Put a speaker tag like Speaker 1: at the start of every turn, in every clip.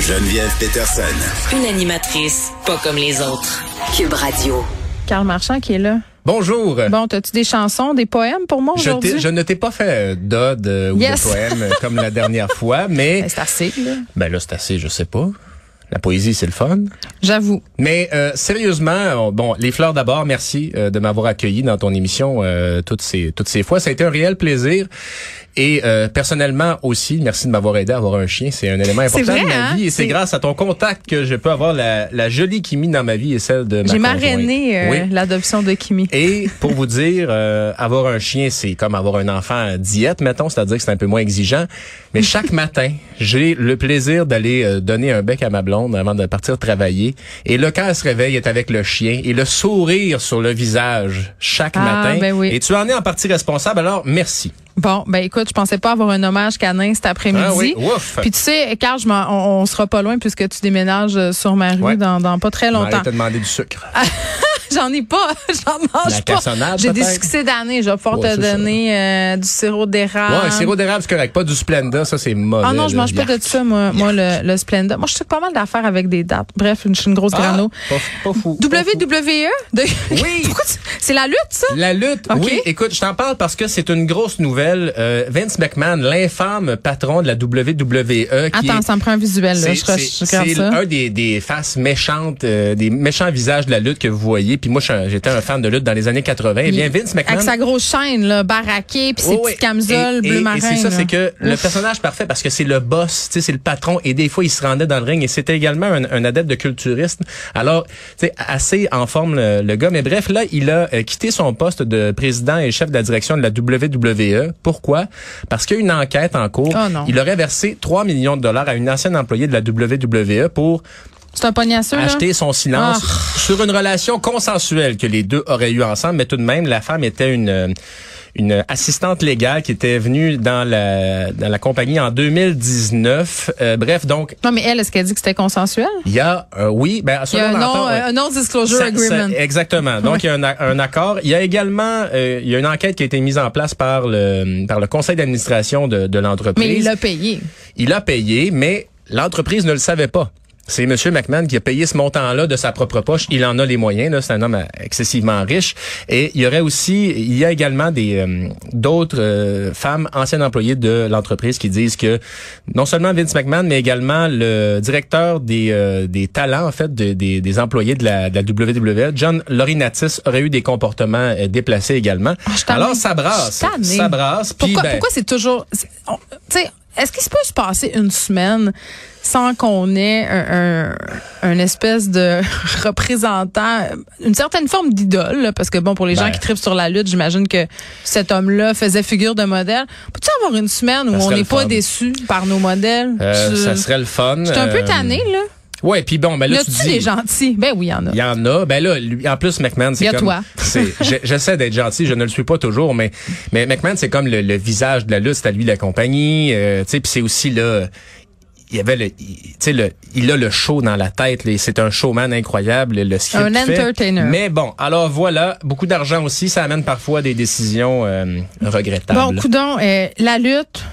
Speaker 1: Geneviève Peterson.
Speaker 2: Une animatrice pas comme les autres. Cube Radio.
Speaker 3: Carl Marchand qui est là.
Speaker 4: Bonjour.
Speaker 3: Bon, t'as-tu des chansons, des poèmes pour moi
Speaker 4: Je,
Speaker 3: aujourd'hui?
Speaker 4: t'ai- je ne t'ai pas fait euh, d'ode euh, ou
Speaker 3: Yes.
Speaker 4: de poème euh, comme la dernière fois, mais
Speaker 3: Ben, C'est assez, là.
Speaker 4: ben là c'est assez, je sais pas. La poésie c'est le fun,
Speaker 3: J'avoue.
Speaker 4: mais euh, sérieusement, euh, bon, les fleurs d'abord, merci euh, de m'avoir accueilli dans ton émission euh, toutes ces toutes ces fois, ça a été un réel plaisir et euh, personnellement aussi, merci de m'avoir aidé à avoir un chien, c'est un élément
Speaker 3: C'est
Speaker 4: important
Speaker 3: vrai,
Speaker 4: de ma
Speaker 3: hein?
Speaker 4: vie et c'est
Speaker 3: C'est-
Speaker 4: grâce à ton contact que je peux avoir la, la jolie Kimi dans ma vie et celle de ma
Speaker 3: J'ai
Speaker 4: conjointe.
Speaker 3: marraîné euh,
Speaker 4: Oui.
Speaker 3: l'adoption de Kimi.
Speaker 4: Et pour vous dire, euh, avoir un chien, c'est comme avoir un enfant à diète, mettons, c'est-à-dire que c'est un peu moins exigeant. Mais chaque matin, j'ai le plaisir d'aller euh, donner un bec à ma blonde avant de partir travailler. Et le cas se réveille est avec le chien et le sourire sur le visage chaque
Speaker 3: Ah,
Speaker 4: matin.
Speaker 3: ben oui.
Speaker 4: Et tu en es en partie responsable, alors merci.
Speaker 3: Bon, ben écoute, je pensais pas avoir un hommage canin cet après-midi.
Speaker 4: Ah oui, ouf.
Speaker 3: Puis tu sais, Carl, je m'en- on, on sera pas loin puisque tu déménages euh, sur ma rue
Speaker 4: Ouais.
Speaker 3: dans, dans pas très
Speaker 4: On
Speaker 3: longtemps.
Speaker 4: te demander du sucre.
Speaker 3: J'en ai pas, j'en mange
Speaker 4: La
Speaker 3: pas.
Speaker 4: cassonade,
Speaker 3: J'ai des
Speaker 4: peut-être?
Speaker 3: succès d'année. Je vais pouvoir
Speaker 4: Ouais,
Speaker 3: te
Speaker 4: c'est ça.
Speaker 3: donner euh, du sirop d'érable.
Speaker 4: ouais, un sirop d'érable, euh, c'est correct. Pas du Splenda, ça c'est mauvais.
Speaker 3: Euh, Ah non, je
Speaker 4: là.
Speaker 3: mange pas de ça, moi, moi le, le Splenda. Moi, je fais pas mal d'affaires avec des dates. Bref, je suis une grosse
Speaker 4: Ah,
Speaker 3: grano.
Speaker 4: pas, pas fou. pas fou.
Speaker 3: WWE? E? De...
Speaker 4: Oui.
Speaker 3: Pourquoi tu- C'est la lutte, ça?
Speaker 4: La lutte,
Speaker 3: Ok.
Speaker 4: oui. Écoute, je t'en parle parce que c'est une grosse nouvelle. Euh, Vince McMahon, l'infâme patron de la WWE, qui
Speaker 3: Attends,
Speaker 4: est-
Speaker 3: ça me prend un visuel, là.
Speaker 4: c'est-
Speaker 3: Je, re- je
Speaker 4: c'est-
Speaker 3: regarde
Speaker 4: c'est
Speaker 3: ça.
Speaker 4: un des, des faces méchantes, euh, des méchants visages de la lutte que vous voyez. Puis moi, je suis un- j'étais un fan de lutte dans les années 80. Eh bien, Vince McMahon...
Speaker 3: Avec sa grosse chaîne, là, baraquée, puis ses
Speaker 4: Oui, oui.
Speaker 3: petites camisoles
Speaker 4: Et-
Speaker 3: bleu
Speaker 4: et-
Speaker 3: marin.
Speaker 4: Et c'est ça,
Speaker 3: là.
Speaker 4: c'est que le
Speaker 3: Ouf.
Speaker 4: personnage parfait, parce que c'est le boss, tu sais, c'est le patron, et des fois, il se rendait dans le ring, et c'était également un, un adepte de culturiste. Alors, tu sais, assez en forme, le, le gars. Mais bref, là, il a euh, quitté son poste de président et chef de la direction de la WWE. Pourquoi? Parce qu'il y a une enquête en cours.
Speaker 3: Oh non.
Speaker 4: il aurait versé 3 millions de dollars à une ancienne employée de la WWE pour
Speaker 3: C'est un pognasseux, là. Ah.
Speaker 4: acheter son silence sur une relation consensuelle que les deux auraient eu ensemble, mais tout de même, la femme était une euh, une assistante légale qui était venue dans la dans la compagnie en 2019. Euh, bref, donc
Speaker 3: Non, mais elle, est-ce qu'elle dit que c'était consensuel?
Speaker 4: il y a euh, oui, ben
Speaker 3: Il y
Speaker 4: selon
Speaker 3: a un
Speaker 4: l'entente,
Speaker 3: non- euh,
Speaker 4: ouais.
Speaker 3: un non-disclosure
Speaker 4: Ça- ça-
Speaker 3: agreement.
Speaker 4: exactement. Donc il y a un, a- un accord. Il y a également euh, il y a une enquête qui a été mise en place par le par le conseil d'administration de, de l'entreprise.
Speaker 3: mais il l'a payé.
Speaker 4: Il a payé, mais l'entreprise ne le savait pas. C'est M. McMahon qui a payé ce montant-là de sa propre poche. Il en a les moyens. là. C'est un homme euh, excessivement riche. Et il y aurait aussi, il y a également des euh, d'autres euh, femmes anciennes employées de l'entreprise qui disent que non seulement Vince McMahon, mais également le directeur des, euh, des talents en fait de- des, des employés de la, de la WWE, John Laurinatis, aurait eu des comportements euh, déplacés également.
Speaker 3: Ah, je suis tannée.
Speaker 4: Alors ça
Speaker 3: Je
Speaker 4: brasse,
Speaker 3: suis tannée.
Speaker 4: ça brasse. puis,
Speaker 3: Pourquoi,
Speaker 4: ben,
Speaker 3: pourquoi c'est toujours. c'est- on- Tu sais, est-ce qu'il se peut se passer une semaine sans qu'on ait un, un- un espèce de représentant, une certaine forme d'idole? là, Parce que, bon, pour les gens
Speaker 4: Ben.
Speaker 3: qui tripent sur la lutte, j'imagine que cet homme-là faisait figure de modèle. Peux-tu avoir une semaine où
Speaker 4: Ça
Speaker 3: on
Speaker 4: serait
Speaker 3: n'est
Speaker 4: le
Speaker 3: pas
Speaker 4: fun.
Speaker 3: déçu par nos modèles?
Speaker 4: euh,
Speaker 3: Je-
Speaker 4: ça serait le fun.
Speaker 3: je suis un peu
Speaker 4: Euh,
Speaker 3: tannée, là.
Speaker 4: Ouais, puis bon, ben
Speaker 3: Y
Speaker 4: là, tu
Speaker 3: a-tu
Speaker 4: dis.
Speaker 3: des gentils? Ben oui, il y en a.
Speaker 4: Il y en a. Ben là, lui, en plus, McMahon, c'est
Speaker 3: Y a
Speaker 4: comme.
Speaker 3: toi.
Speaker 4: c'est- j'ai- J'essaie d'être gentil, je ne le suis pas toujours, mais, mais McMahon, c'est comme le, le visage de la lutte, c'est à lui la compagnie. euh, tu sais, puis c'est aussi là. Il y avait le, il- tu sais le, il a le show dans la tête. là, C'est un showman incroyable. Le script
Speaker 3: Un
Speaker 4: qu'il fait.
Speaker 3: entertainer.
Speaker 4: Mais bon, alors voilà, beaucoup d'argent aussi, ça amène parfois des décisions euh, regrettables.
Speaker 3: Bon, coudon, euh, la lutte,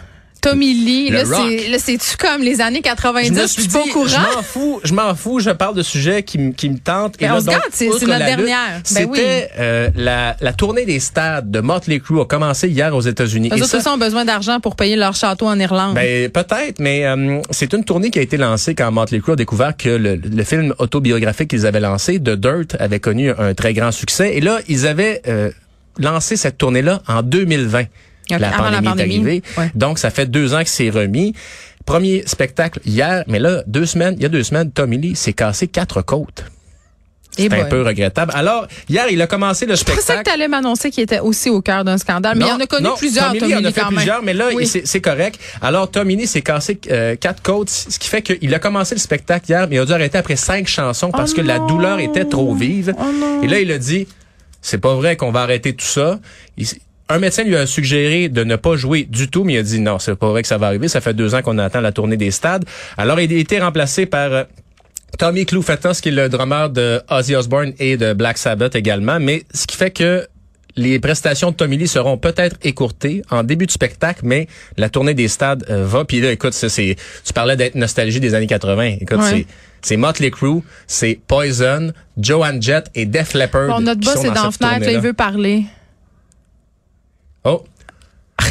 Speaker 3: Tommy Lee,
Speaker 4: Le
Speaker 3: là,
Speaker 4: rock.
Speaker 3: c'est, là, c'est-tu comme les années 90?
Speaker 4: Je me
Speaker 3: suis
Speaker 4: suis
Speaker 3: pas au
Speaker 4: dit,
Speaker 3: courant.
Speaker 4: Je m'en fous, je m'en fous, je parle de sujets qui, m- qui me tentent.
Speaker 3: Ben, on se
Speaker 4: donc,
Speaker 3: gâte, c'est-
Speaker 4: outre
Speaker 3: c'est notre
Speaker 4: la
Speaker 3: dernière. Ben
Speaker 4: C'était
Speaker 3: oui.
Speaker 4: euh, la, la tournée des stades de Motley Crue a commencé hier aux États-Unis.
Speaker 3: Eux
Speaker 4: Et
Speaker 3: autres
Speaker 4: ça,
Speaker 3: aussi ont besoin d'argent pour payer leur château en Irlande.
Speaker 4: ben, peut-être, mais euh, c'est une tournée qui a été lancée quand Motley Crue a découvert que le, le film autobiographique qu'ils avaient lancé, The Dirt, avait connu un très grand succès. Et là, ils avaient euh, lancé cette tournée-là en 2020.
Speaker 3: Ok,
Speaker 4: la,
Speaker 3: avant
Speaker 4: pandémie
Speaker 3: la pandémie.
Speaker 4: est arrivée.
Speaker 3: Ouais.
Speaker 4: Donc, ça fait deux ans que c'est remis. Premier spectacle hier, mais là, deux semaines, il y a deux semaines, Tommy Lee s'est cassé quatre côtes.
Speaker 3: Eh
Speaker 4: C'est un
Speaker 3: boy.
Speaker 4: peu regrettable. Alors, hier, il a commencé le
Speaker 3: C'est pour ça que
Speaker 4: spectacle.
Speaker 3: tu allais m'annoncer qu'il était aussi au cœur d'un scandale. Mais il y en a connu
Speaker 4: non,
Speaker 3: plusieurs,
Speaker 4: Tommy Lee
Speaker 3: Tommy
Speaker 4: en a
Speaker 3: Lee,
Speaker 4: fait
Speaker 3: quand même.
Speaker 4: plusieurs, mais là,
Speaker 3: Oui.
Speaker 4: il- c'est c'est correct. Alors, Tommy Lee s'est cassé euh, quatre côtes, ce qui fait qu'il a commencé le spectacle hier, mais il a dû arrêter après cinq chansons parce que la
Speaker 3: Oh non.
Speaker 4: douleur était trop vive.
Speaker 3: Oh non.
Speaker 4: Et là, il a dit, c'est pas vrai qu'on va arrêter tout ça. Il s- un médecin lui a suggéré de ne pas jouer du tout, mais il a dit non, c'est pas vrai que ça va arriver. Ça fait deux ans qu'on attend la tournée des stades. Alors, il a été remplacé par euh, Tommy Cloufetas, qui est le drummer de Ozzy Osbourne et de Black Sabbath également, mais ce qui fait que les prestations de Tommy Lee seront peut-être écourtées en début de spectacle, mais la tournée des stades euh, va. Puis là, écoute, ça, c'est, tu parlais d'être nostalgie des années 80. Écoute,
Speaker 3: Ouais.
Speaker 4: c'est, c'est Motley Crue, c'est Poison, Joan Jett et Def Leppard.
Speaker 3: Bon, notre
Speaker 4: qui
Speaker 3: boss
Speaker 4: sont
Speaker 3: est dans la fenêtre,
Speaker 4: cette
Speaker 3: là,
Speaker 4: tournée-là.
Speaker 3: il veut parler.
Speaker 4: Oh.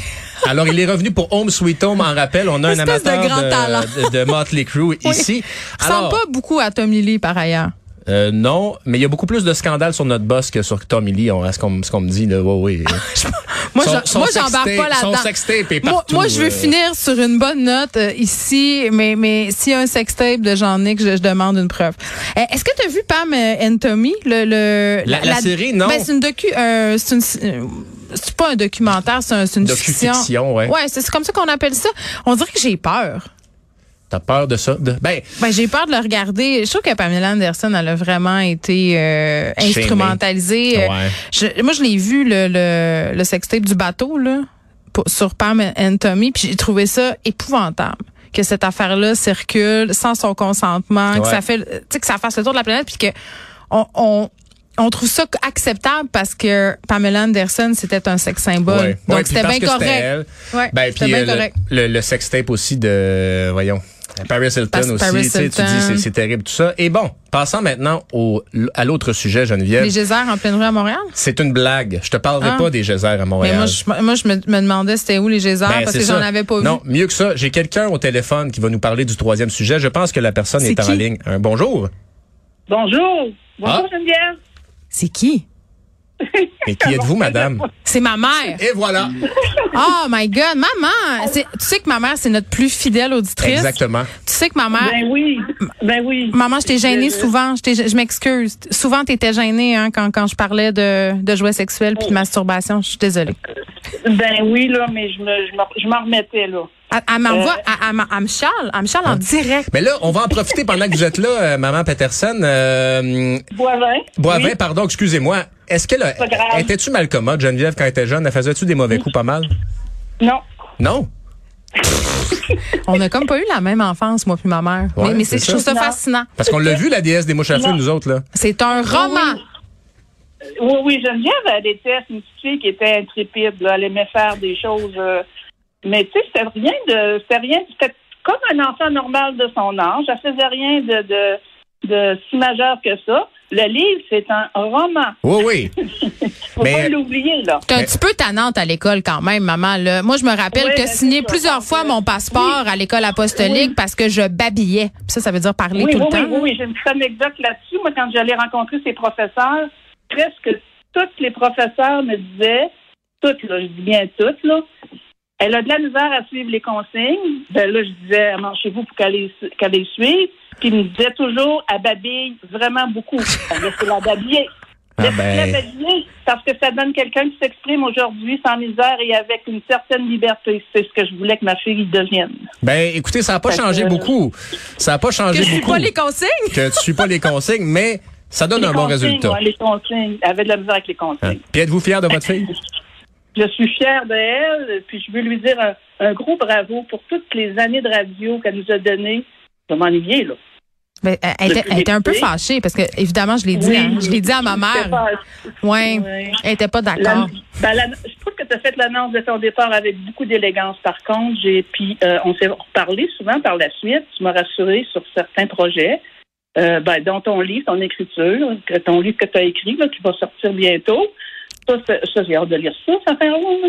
Speaker 4: Alors, il est revenu pour Home Sweet Home. En rappel, on a un
Speaker 3: Espèce de
Speaker 4: amateur
Speaker 3: grand talent.
Speaker 4: de, de Motley Crue ici.
Speaker 3: Il ressemble pas beaucoup à Tommy Lee, par ailleurs.
Speaker 4: Euh, non, mais il y a beaucoup plus de scandales sur notre boss que sur Tommy Lee, on, à ce qu'on ce qu'on me dit. Là, ouais, ouais.
Speaker 3: Moi,
Speaker 4: Son-
Speaker 3: je-
Speaker 4: son
Speaker 3: moi, j'embarque
Speaker 4: sextape-
Speaker 3: pas là-dedans.
Speaker 4: son sextape est
Speaker 3: moi,
Speaker 4: partout,
Speaker 3: moi, je veux
Speaker 4: euh.
Speaker 3: finir sur une bonne note euh, ici, mais, mais s'il y a un sextape de Jean-Nic, je, je demande une preuve. Euh, Est-ce que tu as vu Pam euh, and Tommy? Le, le,
Speaker 4: La- la série, non.
Speaker 3: Ben, c'est une docu. euh, c'est une- euh, c'est pas un documentaire, c'est un- c'est une
Speaker 4: Docu-fiction,
Speaker 3: fiction.
Speaker 4: ouais.
Speaker 3: Ouais, c'est c'est comme ça qu'on appelle ça. On dirait que j'ai peur.
Speaker 4: T'as peur de ça? De- ben,
Speaker 3: Ben, j'ai peur de le regarder. Je trouve que Pamela Anderson, elle a vraiment été euh,
Speaker 4: Chaînée.
Speaker 3: instrumentalisée. Euh,
Speaker 4: Ouais.
Speaker 3: je- moi, je l'ai vu, le, le, le sextape du bateau, là, pour- sur Pam and Tommy, puis j'ai trouvé ça épouvantable que cette affaire-là circule sans son consentement, que
Speaker 4: Ouais.
Speaker 3: ça fait, tu sais, que ça fasse le tour de la planète, puis que on, on, on trouve ça acceptable parce que Pamela Anderson, c'était un sex symbole.
Speaker 4: ouais.
Speaker 3: Donc,
Speaker 4: Ouais, puis
Speaker 3: c'était
Speaker 4: parce
Speaker 3: bien
Speaker 4: que
Speaker 3: correct.
Speaker 4: elle.
Speaker 3: Ouais,
Speaker 4: ben,
Speaker 3: c'était
Speaker 4: puis,
Speaker 3: bien
Speaker 4: euh, le-
Speaker 3: correct.
Speaker 4: le, le, sextape aussi de, voyons, Paris Hilton
Speaker 3: Parce-
Speaker 4: aussi.
Speaker 3: Paris
Speaker 4: tu sais, Tu
Speaker 3: Hilton.
Speaker 4: dis, c'est- c'est terrible tout ça. Et bon, passons maintenant au, à l'autre sujet, Geneviève.
Speaker 3: Les geysers en pleine rue à Montréal?
Speaker 4: C'est une blague. Je te parlerai
Speaker 3: Ah.
Speaker 4: pas des geysers à
Speaker 3: Mais
Speaker 4: Montréal.
Speaker 3: moi, je, moi, je me, me demandais c'était où les geysers
Speaker 4: Ben,
Speaker 3: parce
Speaker 4: c'est
Speaker 3: que j'en
Speaker 4: ça.
Speaker 3: avais pas vu.
Speaker 4: Non, mieux que ça, j'ai quelqu'un au téléphone qui va nous parler du troisième sujet. Je pense que la personne est,
Speaker 3: C'est
Speaker 4: en
Speaker 3: qui?
Speaker 4: ligne. Un bonjour.
Speaker 5: Bonjour. Bonjour
Speaker 4: Ah.
Speaker 5: Geneviève.
Speaker 3: C'est qui?
Speaker 4: Mais qui êtes-vous, madame?
Speaker 3: C'est ma mère.
Speaker 4: Et voilà.
Speaker 3: Oh my God, maman! C'est- Tu sais que ma mère, c'est notre plus fidèle auditrice.
Speaker 4: Exactement.
Speaker 3: Tu sais que ma mère...
Speaker 5: Ben oui. Ben oui.
Speaker 3: Ah. Maman, je t'ai gênée souvent. Je, t'ai- je m'excuse. Souvent, t'étais gênée hein, quand, quand je parlais de, de jouets sexuels puis de masturbation. Je suis désolée.
Speaker 5: Ben oui, là, mais je me, je m'en- je m'en remettais, là.
Speaker 3: Elle, elle m'envoie... Elle, elle m'en- elle me charle. Elle me charle en direct.
Speaker 4: Mais là, on va en profiter pendant que vous êtes là, euh, maman Peterson. Euh,
Speaker 5: Boivin.
Speaker 4: Boivin,
Speaker 5: Oui.
Speaker 4: pardon, excusez-moi. Est-ce qu'elle a-
Speaker 5: Pas grave.
Speaker 4: étais-tu mal commode, Geneviève, quand elle était jeune? Elle faisait-tu des mauvais coups pas mal?
Speaker 5: Non.
Speaker 4: Non.
Speaker 3: On n'a comme pas eu la même enfance, moi puis ma mère.
Speaker 4: Ouais,
Speaker 3: mais mais c'est-
Speaker 4: c'est
Speaker 3: je trouve
Speaker 4: ça.
Speaker 3: ça fascinant.
Speaker 4: Parce qu'on l'a vu, la déesse des mouches à feu,
Speaker 5: Non.
Speaker 4: nous autres, là.
Speaker 3: C'est un roman.
Speaker 5: Oui, oui, Geneviève, elle était une petite fille qui était intrépide, là. Elle aimait faire des choses. euh, mais tu sais, c'était rien de. C'était rien. C'était comme un enfant normal de son âge. Elle faisait rien de, de, de si majeur que ça. Le livre, c'est un roman.
Speaker 4: Oui, oui.
Speaker 5: Faut
Speaker 4: Mais-
Speaker 5: pas l'oublier, là.
Speaker 3: T'es un petit peu tannante à l'école quand même, maman. Là. Moi, je me rappelle
Speaker 5: Ouais,
Speaker 3: que
Speaker 5: ben,
Speaker 3: signé
Speaker 5: c'est ça.
Speaker 3: plusieurs fois mon passeport à l'école apostolique parce que je babillais. Puis ça, ça veut dire parler
Speaker 5: Oui,
Speaker 3: tout
Speaker 5: oui,
Speaker 3: le temps.
Speaker 5: oui,
Speaker 4: hein?
Speaker 5: oui, j'ai une petite anecdote là-dessus. Moi, quand j'allais rencontrer ces professeurs, presque tous les professeurs me disaient, toutes, là, je dis bien toutes, là, elle a de la misère à suivre les consignes. Ben là, je disais, marchez-vous pour qu'elle les, su- qu'elle les suive. Puis ils me disaient toujours, elle babille vraiment beaucoup. Laissez la babiller.
Speaker 4: Ah
Speaker 5: La
Speaker 4: ben,
Speaker 5: babiller, parce que ça donne quelqu'un qui s'exprime aujourd'hui sans misère et avec une certaine liberté. C'est ce que je voulais que ma fille devienne.
Speaker 4: ben, écoutez, ça n'a pas
Speaker 5: Fait
Speaker 4: changé
Speaker 5: que-
Speaker 4: beaucoup. Ça n'a pas changé
Speaker 3: Que je suis
Speaker 4: beaucoup.
Speaker 3: pas les consignes.
Speaker 4: que tu suis pas les consignes, mais ça donne
Speaker 5: Les
Speaker 4: un bon
Speaker 5: consignes,
Speaker 4: résultat.
Speaker 5: ouais, les consignes. Elle avait de la misère avec les
Speaker 4: Hein?
Speaker 5: consignes.
Speaker 4: Puis êtes-vous fier de votre fille?
Speaker 5: Je suis fière d'elle, puis je veux lui dire un, un gros bravo pour toutes les années de radio qu'elle nous a données. Je vais m'ennuyer, là.
Speaker 3: Ben, elle- elle, était, elle était un peu
Speaker 5: Oui.
Speaker 3: fâchée parce que, évidemment, je l'ai dit.
Speaker 5: Oui.
Speaker 3: hein. Je l'ai dit à ma
Speaker 5: C'est
Speaker 3: mère.
Speaker 5: pas-
Speaker 3: Ouais. Ah.
Speaker 5: Oui.
Speaker 3: Elle était pas
Speaker 5: La-
Speaker 3: d'accord.
Speaker 5: ben, la- je trouve que tu as fait l'annonce de ton départ avec beaucoup d'élégance. Par contre, j'ai puis euh, on s'est reparlé souvent par la suite. Tu m'as rassuré sur certains projets, euh, ben, dont ton livre, ton écriture, que- ton livre que tu as écrit, là, qui va sortir bientôt. Ça, c'est- ça, j'ai hâte de lire ça, ça fait long.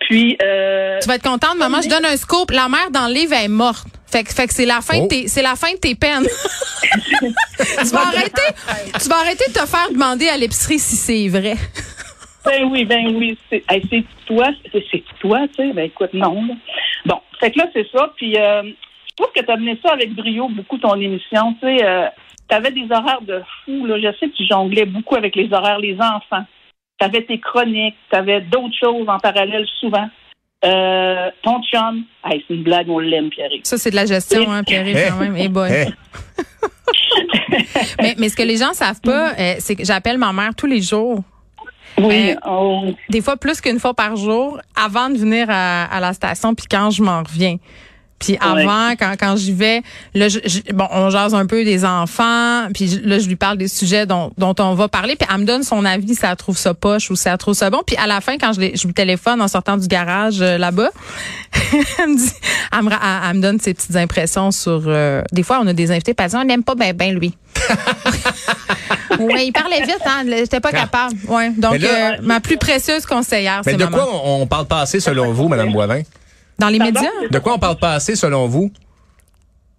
Speaker 5: Puis euh,
Speaker 3: Tu vas être contente, maman. Je donne un scoop. La mère dans le livre elle est morte. Fait que, fait que c'est la fin
Speaker 4: Oh.
Speaker 3: de tes, c'est la fin de tes peines. tu vas arrêter, tu vas arrêter de te faire demander à l'épicerie si c'est vrai.
Speaker 5: Ben oui, ben oui. C'est hey, c'est toi, c'est c'est toi, tu sais. Ben écoute, non. là. Bon, fait que là, c'est ça. Puis euh, je trouve que tu as mené ça avec brio beaucoup ton émission. Tu sais, tu avais des horaires de fou. Là. Je sais que tu jonglais beaucoup avec les horaires les enfants. Tu avais tes chroniques, tu avais d'autres choses en parallèle souvent. Euh, ton chum, hey, c'est une blague, on l'aime, pierre
Speaker 3: Ça, c'est de la gestion, hein, Pierre, quand même. Eh boy.
Speaker 4: Eh,
Speaker 3: Mais, mais ce que les gens savent pas, euh, c'est que j'appelle ma mère tous les jours,
Speaker 5: Oui,
Speaker 3: Euh,
Speaker 5: on-
Speaker 3: des fois plus qu'une fois par jour, avant de venir à, à la station, puis quand je m'en reviens. Puis avant, quand, quand j'y vais, là, je- je- bon, on jase un peu des enfants, puis je- là, je lui parle des sujets dont, dont on va parler, puis elle me donne son avis si elle trouve ça poche ou si elle trouve ça bon. Puis à la fin, quand je, l'ai- je lui téléphone en sortant du garage euh, là-bas, elle, me dit, elle, me, ra- elle- elle me donne ses petites impressions sur... euh, des fois, on a des invités, puis elle dit, on n'aime pas bien ben lui. oui, il parlait vite, hein, j'étais pas capable. Ouais, donc,
Speaker 4: Mais là-
Speaker 3: euh, ma plus précieuse conseillère,
Speaker 4: Mais
Speaker 3: c'est
Speaker 4: de
Speaker 3: maman.
Speaker 4: quoi on, on parle pas assez selon vous, Madame Boivin?
Speaker 3: Dans les
Speaker 5: Pardon?
Speaker 3: médias?
Speaker 4: De quoi on parle pas assez selon vous?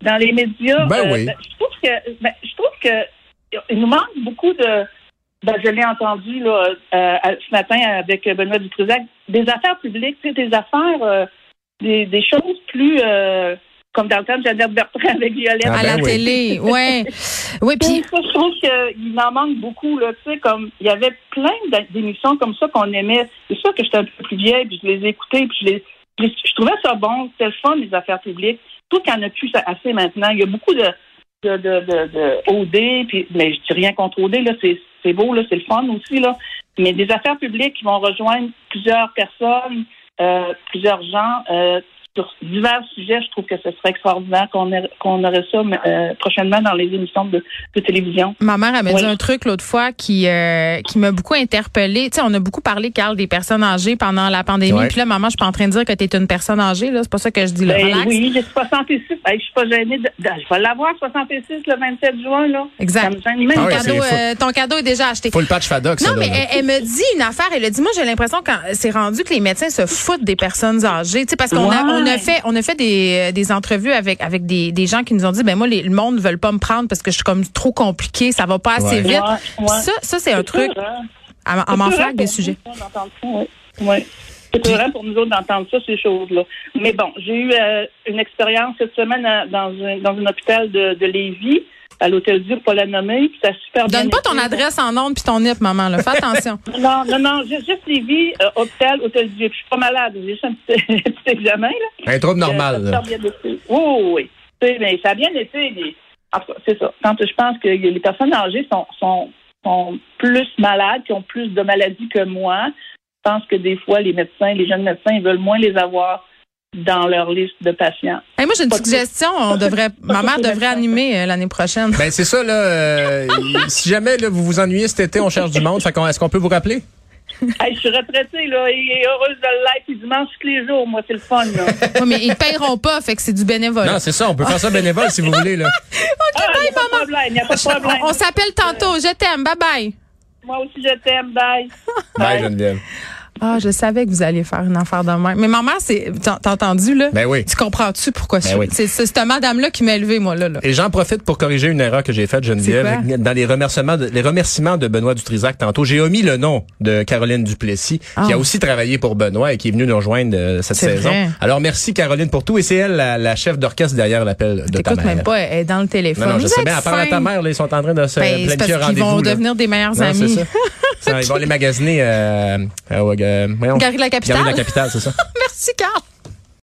Speaker 5: dans les médias. euh,
Speaker 4: Ben oui.
Speaker 5: je trouve que ben, je trouve que il nous manque beaucoup de. Ben, je l'ai entendu là, euh, à- ce matin avec Benoît Dutrisac, des affaires publiques, tu sais, des affaires, euh, des, des choses plus euh, comme dans le temps de Jeannette Bertrand avec Violette.
Speaker 4: Ah,
Speaker 3: à
Speaker 4: ben
Speaker 3: la
Speaker 4: oui.
Speaker 3: télé, ouais. Oui, puis
Speaker 5: Puis Ben, ça, je trouve qu'il en manque beaucoup. Là, tu sais, comme il y avait plein d'a- d'émissions comme ça qu'on aimait. C'est sûr que j'étais un peu plus vieille, puis je les écoutais, puis je les, puis je trouvais ça bon. C'était le fun les affaires publiques. Je trouve qu'il n'y en a plus assez maintenant. Il y a beaucoup de de, de, de, de OD, puis mais je dis rien contre OD, là, c'est c'est beau, là, c'est le fun aussi, là. Mais des affaires publiques qui vont rejoindre plusieurs personnes, euh, plusieurs gens. euh, sur divers sujets, je trouve que ce serait extraordinaire qu'on ait- qu'on aurait ça mais, euh, prochainement dans les émissions de de télévision.
Speaker 3: Ma mère, elle m'a
Speaker 5: Oui.
Speaker 3: dit un truc l'autre fois qui euh, qui m'a beaucoup interpellée. Tu sais, on a beaucoup parlé, Carl, des personnes âgées pendant la pandémie.
Speaker 4: Ouais.
Speaker 3: Puis là, maman, je suis pas en train de dire que tu es une personne âgée. là. C'est pas ça que je dis. Là.
Speaker 5: Ben
Speaker 3: Relax.
Speaker 5: oui, j'ai 66. Hey, je suis pas gênée. de- de- je vais l'avoir, 66, le 27 juin, là. Ça
Speaker 3: Exact.
Speaker 5: me gêne même
Speaker 4: Ah
Speaker 3: Ton,
Speaker 4: ouais,
Speaker 5: pas.
Speaker 4: c'est
Speaker 3: cadeau,
Speaker 4: fou.
Speaker 3: euh, ton cadeau est déjà acheté.
Speaker 4: Faut le patch FADOC, ça,
Speaker 3: Non, mais
Speaker 4: Donald.
Speaker 3: elle, elle me dit une affaire. Elle a dit, moi, j'ai l'impression que c'est rendu que les médecins se foutent des personnes âgées. Tu sais, parce qu'on a,
Speaker 5: Ouais.
Speaker 3: on a fait, on a fait des, euh, des entrevues avec, avec des, des gens qui nous ont dit, ben moi, les, le monde ne veut pas me prendre parce que je suis comme trop compliqué, ça va pas assez
Speaker 4: Ouais.
Speaker 3: vite.
Speaker 5: Ouais, ouais.
Speaker 3: Ça, ça c'est un
Speaker 5: C'est
Speaker 3: truc.
Speaker 5: sûr, hein.
Speaker 3: À,
Speaker 5: C'est
Speaker 3: à m'en
Speaker 5: sûr,
Speaker 3: faire
Speaker 5: hein,
Speaker 3: des
Speaker 5: pour
Speaker 3: sujets.
Speaker 5: nous, d'entendre ça, ouais. Ouais. C'est vrai pour nous autres d'entendre ça, ces choses-là. Mais bon, j'ai eu euh, une expérience cette semaine à- dans, un, dans un hôpital de, de Lévis, à l'hôtel Dieu, pour la nommer, puis ça a super bien
Speaker 3: Donne pas ton
Speaker 5: été.
Speaker 3: adresse en ondes puis ton IP, maman. Là. Fais attention.
Speaker 5: Non, non, non, juste, juste Lévis, euh, hôpital, hôtel Dieu. Puis je suis pas malade, j'ai juste un petit, un petit examen, là.
Speaker 4: Un trouble normal.
Speaker 5: Euh,
Speaker 4: là.
Speaker 5: ça sort bien de- Oui, oui, oui. Tu sais, mais ça a bien été. mais- en tout cas, c'est ça. Quand je pense que les personnes âgées sont, sont, sont plus malades, qui ont plus de maladies que moi, je pense que des fois, les médecins, les jeunes médecins, ils veulent moins les avoir dans leur liste de patients.
Speaker 3: Hey, moi, j'ai une
Speaker 5: Pas de-
Speaker 3: suggestion. On devrait, ma mère devrait animer euh, l'année prochaine.
Speaker 4: Ben c'est ça là. euh, si jamais là, vous vous ennuyez cet été, on cherche du monde. Fait qu'on, est-ce qu'on peut vous rappeler
Speaker 5: Hey, je suis retraitée, là, et heureuse de l'être, puis dimanche tous les jours, moi, c'est le fun, là.
Speaker 3: Ouais, mais ils te paieront pas, fait que c'est du bénévole.
Speaker 4: Non, c'est ça. On peut faire ça bénévole si vous voulez là.
Speaker 5: Ah, il n'y a pas de problème, il n'y a pas de problème.
Speaker 3: on on s'appelle tantôt. Je t'aime. Bye bye.
Speaker 5: Moi aussi, je t'aime, bye.
Speaker 4: Bye Geneviève.
Speaker 3: Ah, je savais que vous alliez faire une affaire de même. Mais ma mère, c'est, t'as t'as entendu, là?
Speaker 4: Ben oui. Ben
Speaker 3: Tu comprends-tu pourquoi je-
Speaker 4: oui.
Speaker 3: c'est, c'est cette madame-là qui m'a élevé, moi, là, là.
Speaker 4: Et j'en profite pour corriger une erreur que j'ai faite
Speaker 3: C'est quoi?
Speaker 4: Geneviève dans les remerciements de, les remerciements de Benoît Dutrisac tantôt. J'ai omis le nom de Caroline Duplessis qui
Speaker 3: Ah.
Speaker 4: a aussi travaillé pour Benoît et qui est venue nous rejoindre euh, cette
Speaker 3: C'est
Speaker 4: saison.
Speaker 3: vrai.
Speaker 4: Alors merci Caroline pour tout et c'est elle la, la chef d'orchestre derrière l'appel de ta
Speaker 3: T'écoutes
Speaker 4: mère.
Speaker 3: même pas, elle est dans le téléphone.
Speaker 4: Non, non, je
Speaker 3: Vous
Speaker 4: sais
Speaker 3: êtes
Speaker 4: bien. À part à ta
Speaker 3: fin.
Speaker 4: mère, là, ils sont en train de se
Speaker 3: Ben, c'est
Speaker 4: planifier un
Speaker 3: parce qu'ils
Speaker 4: rendez-vous.
Speaker 3: vont
Speaker 4: là.
Speaker 3: devenir des meilleurs
Speaker 4: Non, c'est
Speaker 3: amis.
Speaker 4: ça. Ça, Ils vont aller magasiner euh, euh, ouais, euh, voyons.
Speaker 3: Galerie de la Capitale.
Speaker 4: Galerie de la capitale, c'est ça.
Speaker 3: Merci, Carl.